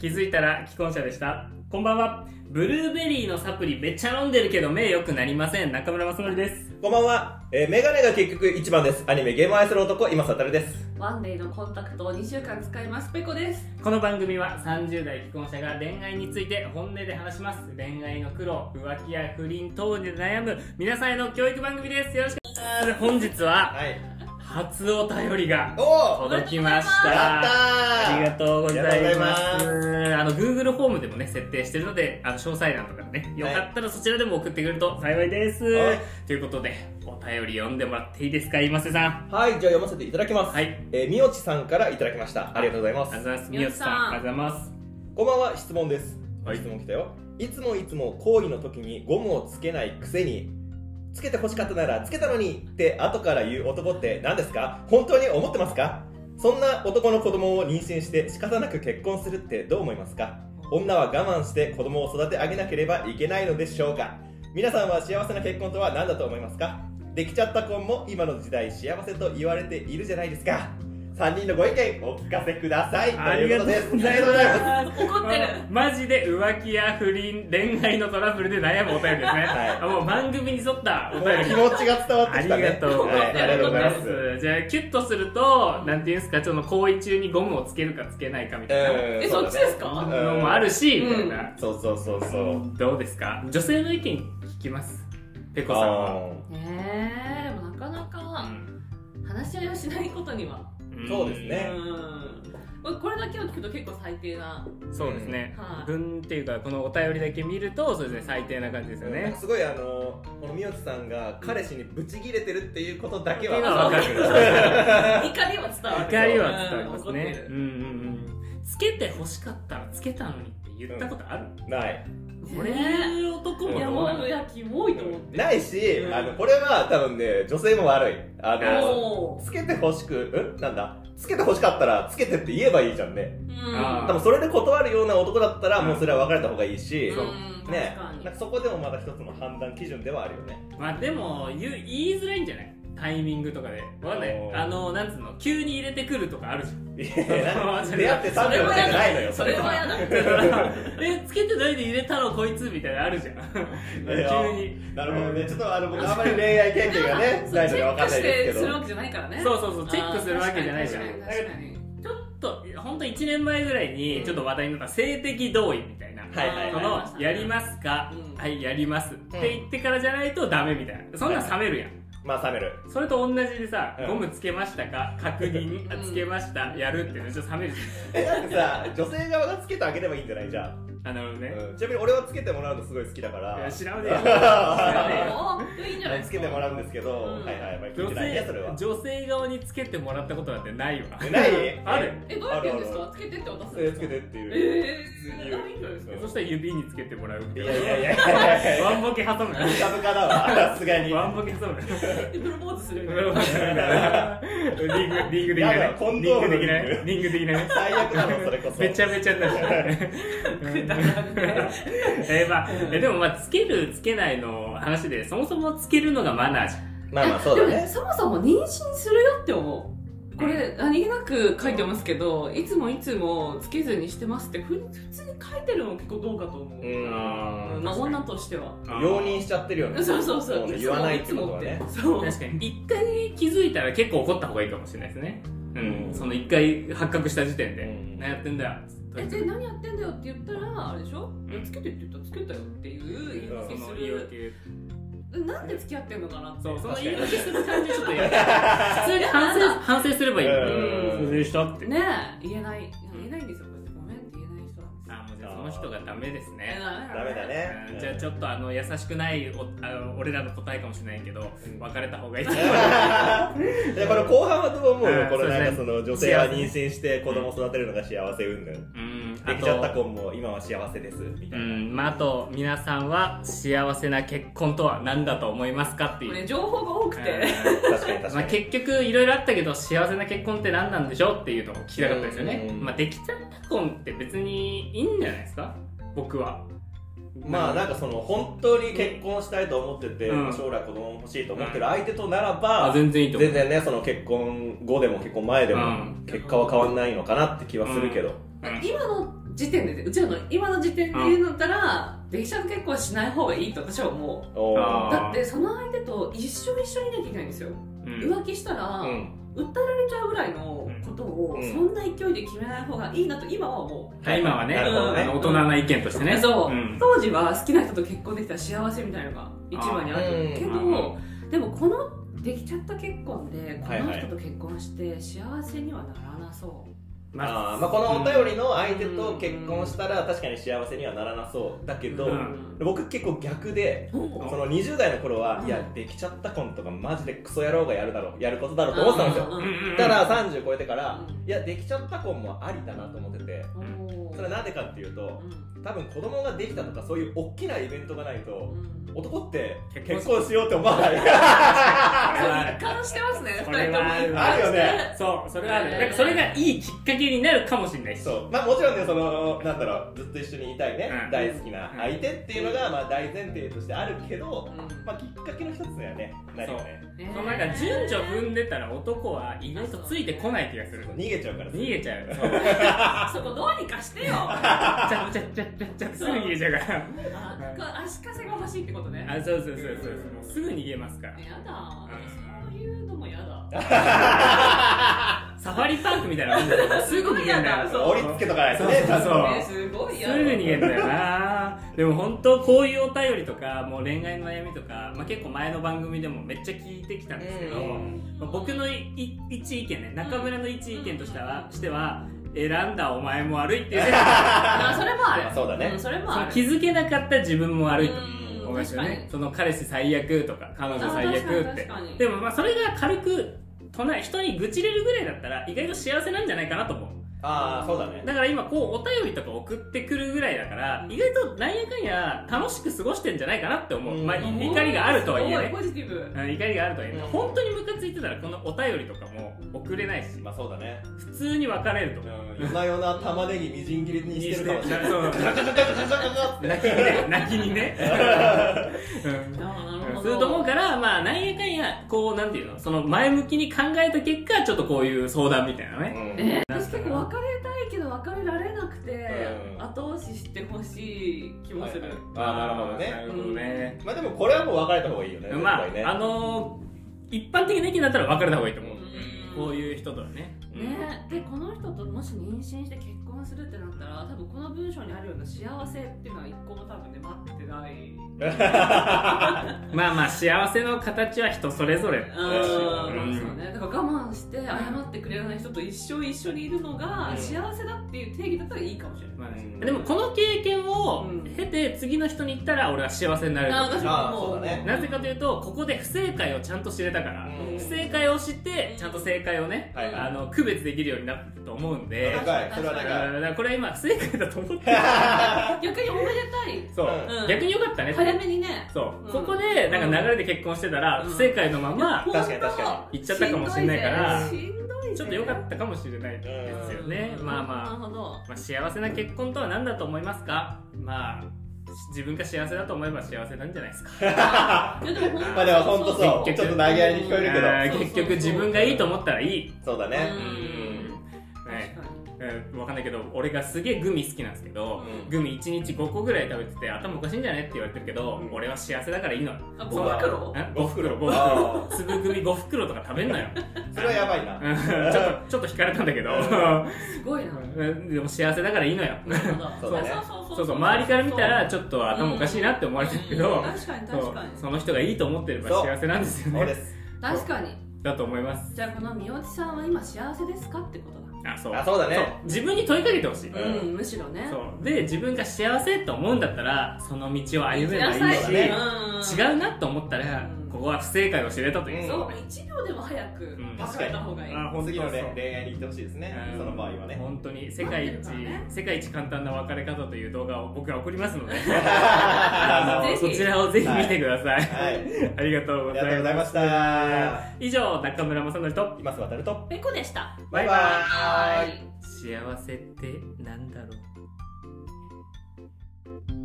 気づいたら既婚者でしたこんばんはブルーベリーのサプリめっちゃ飲んでるけど目良くなりません中村雅則ですこんばんは、えー、メガネが結局一番です。アニメゲームを愛する男、今さたるです。ワンデーのコンタクトを2週間使いますペコですこの番組は30代既婚者が恋愛について本音で話します恋愛の苦労浮気や不倫等で悩む皆さんへの教育番組ですよろしくあー本日ははい。初お便りがおお届きましやったたーありがとうございま。ありがとうございますあの Google フォームでもね設定してるので、あの詳細欄とかね、よかったらそちらでも送ってくれると幸いです。はいということでお便り読んでもらっていいですか、今瀬さん。すはい、じゃあ読ませていただきます。はい。えー、みおちさんからいただきました。ありがとうございまありがとうごす。ざいます。みみよよささん、んありがとうございます。こんばんは、質問です。はい質問来たよ。いつもいつも行為の時にゴムをつけないくせに、つけて欲しかったならつけたのにって後から言う男って何ですか本当に思ってますかそんな男の子供を妊娠して仕方なく結婚するってどう思いますか女は我慢して子供を育て上げなければいけないのでしょうか皆さんは幸せな結婚とは何だと思いますかできちゃった婚も今の時代幸せと言われているじゃないですか3人のご意見お聞かせくださいありがとうございますということですありがとうございます怒ってるあのマジで浮気や不倫、恋愛のトラブルで悩むお便りですね。はいあもう番組に沿ったおもう便り気。持ちが伝わっあてきりたねがとうございます。はい、ありがとうございますじゃあ、キュッとすると、なんていうんですか、ちょっと行為中にゴムをつけるかつけないかみたいな。えそっちですかうんのもあるし、うんみたいな、そうそうそうそうどうですか女性の意見聞きますペコさんは、あねえでもなかなか話し合いをしないことにはんそうですうねんまあこれだけを聞くと結構最 低なそうですね、はい文っていうかこのお便りだけ見るとそうですね最低な感じですよなんねか、すごいあのこのみおちさんが彼氏にブチギレてるっていうことだけは今わかる怒りは怒りは伝わる伝わりますうん怒ってねるうんうんうんつけて欲しかったらつけたのにって言ったことある、ないこれ男うんもいやどうなものうやキモいと思ってないし、うんあのこれは多分ね女性も悪いあのおーつけてほしくんなんだつけてほしかったらつけてって言えばいいじゃんねうんあ多分それで断るような男だったらもうそれは別れた方がいいし、うん確ねかになんかそこでもまだ一つの判断基準ではあるよねまあでも言う言いづらいんじゃないタイミングとかでわかんないおーあのなんつうの急に入れてくるとかあるじ ゃんいや出会って3秒じゃないのよそれは嫌だだからえつけてないで入れたのこいつみたいなのあるじゃん急になるほどねちょっとあの僕あんまり恋愛経験がね そうないチのでェわッかんなクいでしてすすけどるわけじゃないからねそうそうそうチェックするわけじゃないじゃんあー確かに確かに確ちょっと本当1年前ぐらいにちょっと話題になった性的同意みたいな、はいはいそはいのやりますか、うんはいやります、って言ってからじゃないとダメみたいなそんなん冷めるやん、まあ冷める それと同じでさうんゴムつけましたか確認、あうんつけましたやるっていうのちょっと冷めるじえなんかさ女性側がつけてあげればいいんじゃないじゃあ、ゃんなるほどね、うん、ちなみに俺はつけてもらうのすごい好きだかいやら知らねえよ 知らねえよあーいいんじゃないですつかけてもらうんですけど、うんはいはいまあ聞い女てないねそれ性は女性側につけてもらったことなんてないわえないあるえどうやって言うんですかつけてって渡すんえですつかけてっていう、えー、普通に言うんじゃないですかそしたら指につけてもらうみたいいなやいやいやいやワンボケ挟むブカブカだわさすがにワンボケ 挟むでプロポーズするみたいなリングリングできなやいだコンリドンーグムできないリングできない最悪だわそれこそべちゃべちゃになっちゃう えーまあえでもまあつけるつけないの話でそもそもつけるのがマナーじゃんまあまあそうだでもねそもそも妊娠するよって思うこれ何気なく書いてますけどいつもいつもつけずにしてますってふ普通に書いてるのも結構どうかと思う、うんうんまあ、女としては容認しちゃってるよねそうそうそうね言わないってことはねいつもってそう確かに一回気づいたら結構怒った方がいいかもしれないですねうん、うんその一回発覚した時点で、うん何やってんだよえで何やってんだよって言ったらあれでしょ、いやつけてって言ったらつけたよっていう言いそ訳すの言いる、訳なんで付き合ってんのかなってそうその確かに言い訳する感じちょっ とやだ普通に反省反省すればいいのにうんそうでしたってねえ言えない言えないんですよこうやってごめんって言えない人なんであもうすよじゃあその人がダメですねダメだねうんじゃあちょっとあの優しくないおあの俺らの答えかもしれないけどうん別れた方がいいとい思うや これ後半はどう思ううよんこれなんかそですそうねの女性は妊娠して子供育てるのが幸せうんぬんうんあできちゃったと婚も今は幸せですみうたいなんまあ、あと皆さんは幸せな結婚とは何だと思いますかっていう、俺情報が多くて確かに確まかあ、に結局いろいろあったけど幸せな結婚って何なんでしょうっていうのを聞きたかったですよね、うんまあ、できちゃった婚って別にいいんじゃないですか僕はまあなんかその本当に結婚したいと思っててうん将来子供も欲しいと思ってる相手とならば全然いいと思う全然ねその結婚後でも結婚前でうもん結果は変わんないのかなって気はするけどうん今の時点でうちらの今の時点で言うんだったら、電車の結婚はしない方がいいと私は思おうあーーだってその相手と一緒に一緒にいなきゃいけないんですよ、うん浮気したら、うん訴えられちゃうぐらいのことを、うんそんな勢いで決めない方がいいなと今は思う、はい今はねなるほどねあの大人な意見としてねそう、ん当時は好きな人と結婚できたら幸せみたいなのが一番にあるけど、うんでもこのできちゃった結婚でこはいはのい人と結婚して幸せにはならなそう、あーまあ、このお便りの相手と結婚したら確かに幸せにはならなそうだけど、うん僕結構逆でうんその20代の頃は、うんいやできちゃった婚とかマジでクソ野郎がやるだろうやることだろうと思ってたんですよ、ううんうんうんただ30超えてから、うんいやできちゃった婚もありだなと思ってておーそれはなんでかっていうとう多分子供ができたとかそういう大きなイベントがないとんうん男って結婚結婚しようって思わない一貫してますね、こ二れ人とも。はあるあるよねそうそれはあるえーなんかそれがいいきっかけになるかもしれないしそうまあもちろんねそのなんだろうずっと一緒にいたいね、うん大好きな相手っていうのが、まあ、大前提としてあるけど、うんまあ、きっかけの一つだよねなるよねそのなんか順序踏んでたら男は意外とついてこない気がする逃げちゃうから逃げちゃうそこどうにかして よ。ちゃっちゃっちゃっちゃっちゃすぐ逃げちゃう からあこう足かせが欲しいってことね。あそうそうそうそうもうすぐ逃げますからやだ。そういうのもやだ。サファリパークみたいなもんだよすぐ逃げんだよそう折りつけとかないとねそうちゃんとそうねすごいすやぐだ。逃げんだよなでも本当こういうお便りとかもう恋愛の悩みとか、まあ、結構前の番組でもめっちゃ聞いてきたんですけど、うんまあ僕のいい一意見ね中村の一意見としてはしては選んだお前も悪いっていうねあそれもある。そうだねんそれそもあのる。気づけなかった自分も悪いとうん思いましたよ確かねにその彼氏最悪とか彼女最悪あーっ確てかに確かにでもまあそれが軽く唱え人に愚痴れるぐらいだったら意外と幸せなんじゃないかなと思うああそうだねだから今こうお便りとか送ってくるぐらいだから意外となんやかんや楽しく過ごしてんじゃないかなって思う、うんまあ、いうん怒りがあるとはいえすねごいポジティブ。うん怒りがあるとはいえねうん本当にムカついてたらこのお便りとかも送れないしまあそうだね普通に別れるとうん思う夜な夜な玉ねぎみじん切りにしてるかもしれないそう 泣きにね泣きにね、うんあなるほするど。と思うから、まあ、なんやかんや、こう、なんていうの、その前向きに考えた結果、ちょっとこういう相談みたいなね。うんえなっ私たか結ら構別れたいけど別れられなくてうん後押ししてほしい気もするはいはい。ああなるほどなねるほどね。まあでもこれはもう別れた方がいいよねまあ、絶対ねあのー一般的な意見だったら別れた方がいいと思う。うんこういう人とはね。ね、でこの人ともし妊娠して結婚するってなったら多分この文章にあるような幸せっていうのは一個も多分ね待ってないまあまあ、幸せの形は人それぞれ。うんうんそうねだから我慢して謝ってくれない人と一生一緒にいるのうがん幸せだっていう定義だったらいいかもしれない、まあねうんでも、この経験を経て、次の人に行ったら、俺は幸せになれるとあ思う。私あーもそもうだねなぜかというと、ここで不正解をちゃんと知れたから、うん不正解を知って、ちゃんと正解をね、はいはいあの区別できるようになると思うんで、でかいそれはでだかいからこれは今、不正解だと思ってる逆におめでたい そう、うん逆によかったね、早めにねそう、うんここでなんか流れで結婚してたら、うん不正解のまま 確かに確か行っちゃったかもしれないから、しんどいぜちょっと良かったかもしれないですよね、まあなるまあ。ほどまあ、幸せな結婚とは何だと思いますかまあ自分が幸せだと思えば幸せなんじゃないですかいやでもまあでも本当そう結局ちょっと投げやりに聞こえるけどあー結局自分がいいと思ったらいい、そうだねうんね確かにえーわかんないけど俺がすげえグミ好きなんですけど、うんグミ1日5個ぐらい食べてて頭おかしいんじゃねって言われてるけど、うん俺は幸せだからいいのあそうだ僕黒5袋5袋あ粒グミ5袋とか食べん なよーそれはやばいなうんちょっとちょっと引かれたんだけどすごいなうんでも幸せだからいいのよなるほどそうだねそうそうそう周りから見たらちょっと頭おかしいなって思われてるけど、うん確かにそ確うかにその人がいいと思ってれば幸せなんですよそうねです確かにだと思いますじゃあこのみおちさんは今幸せですかってことだあそうあそうだね自分に問いかけてほしい、んうんむしろねそうで自分が幸せと思うんだったらその道を歩めばいい幸し、せね違うなと思ったら、うんここは不正解を知れたという、うんそう一秒でも早くん別れた方がいいあ本当次のねそう恋愛に行ってほしいですねうんその場合はね本当に世界一、待ってるからね世界一簡単な別れ方という動画を僕が送ります のであはの ぜそひちらをぜひ見てください、いありありがとうござがとういございまますした以上中村正則と今す渡るとペコでしたバイバイはーい幸せってなんだろう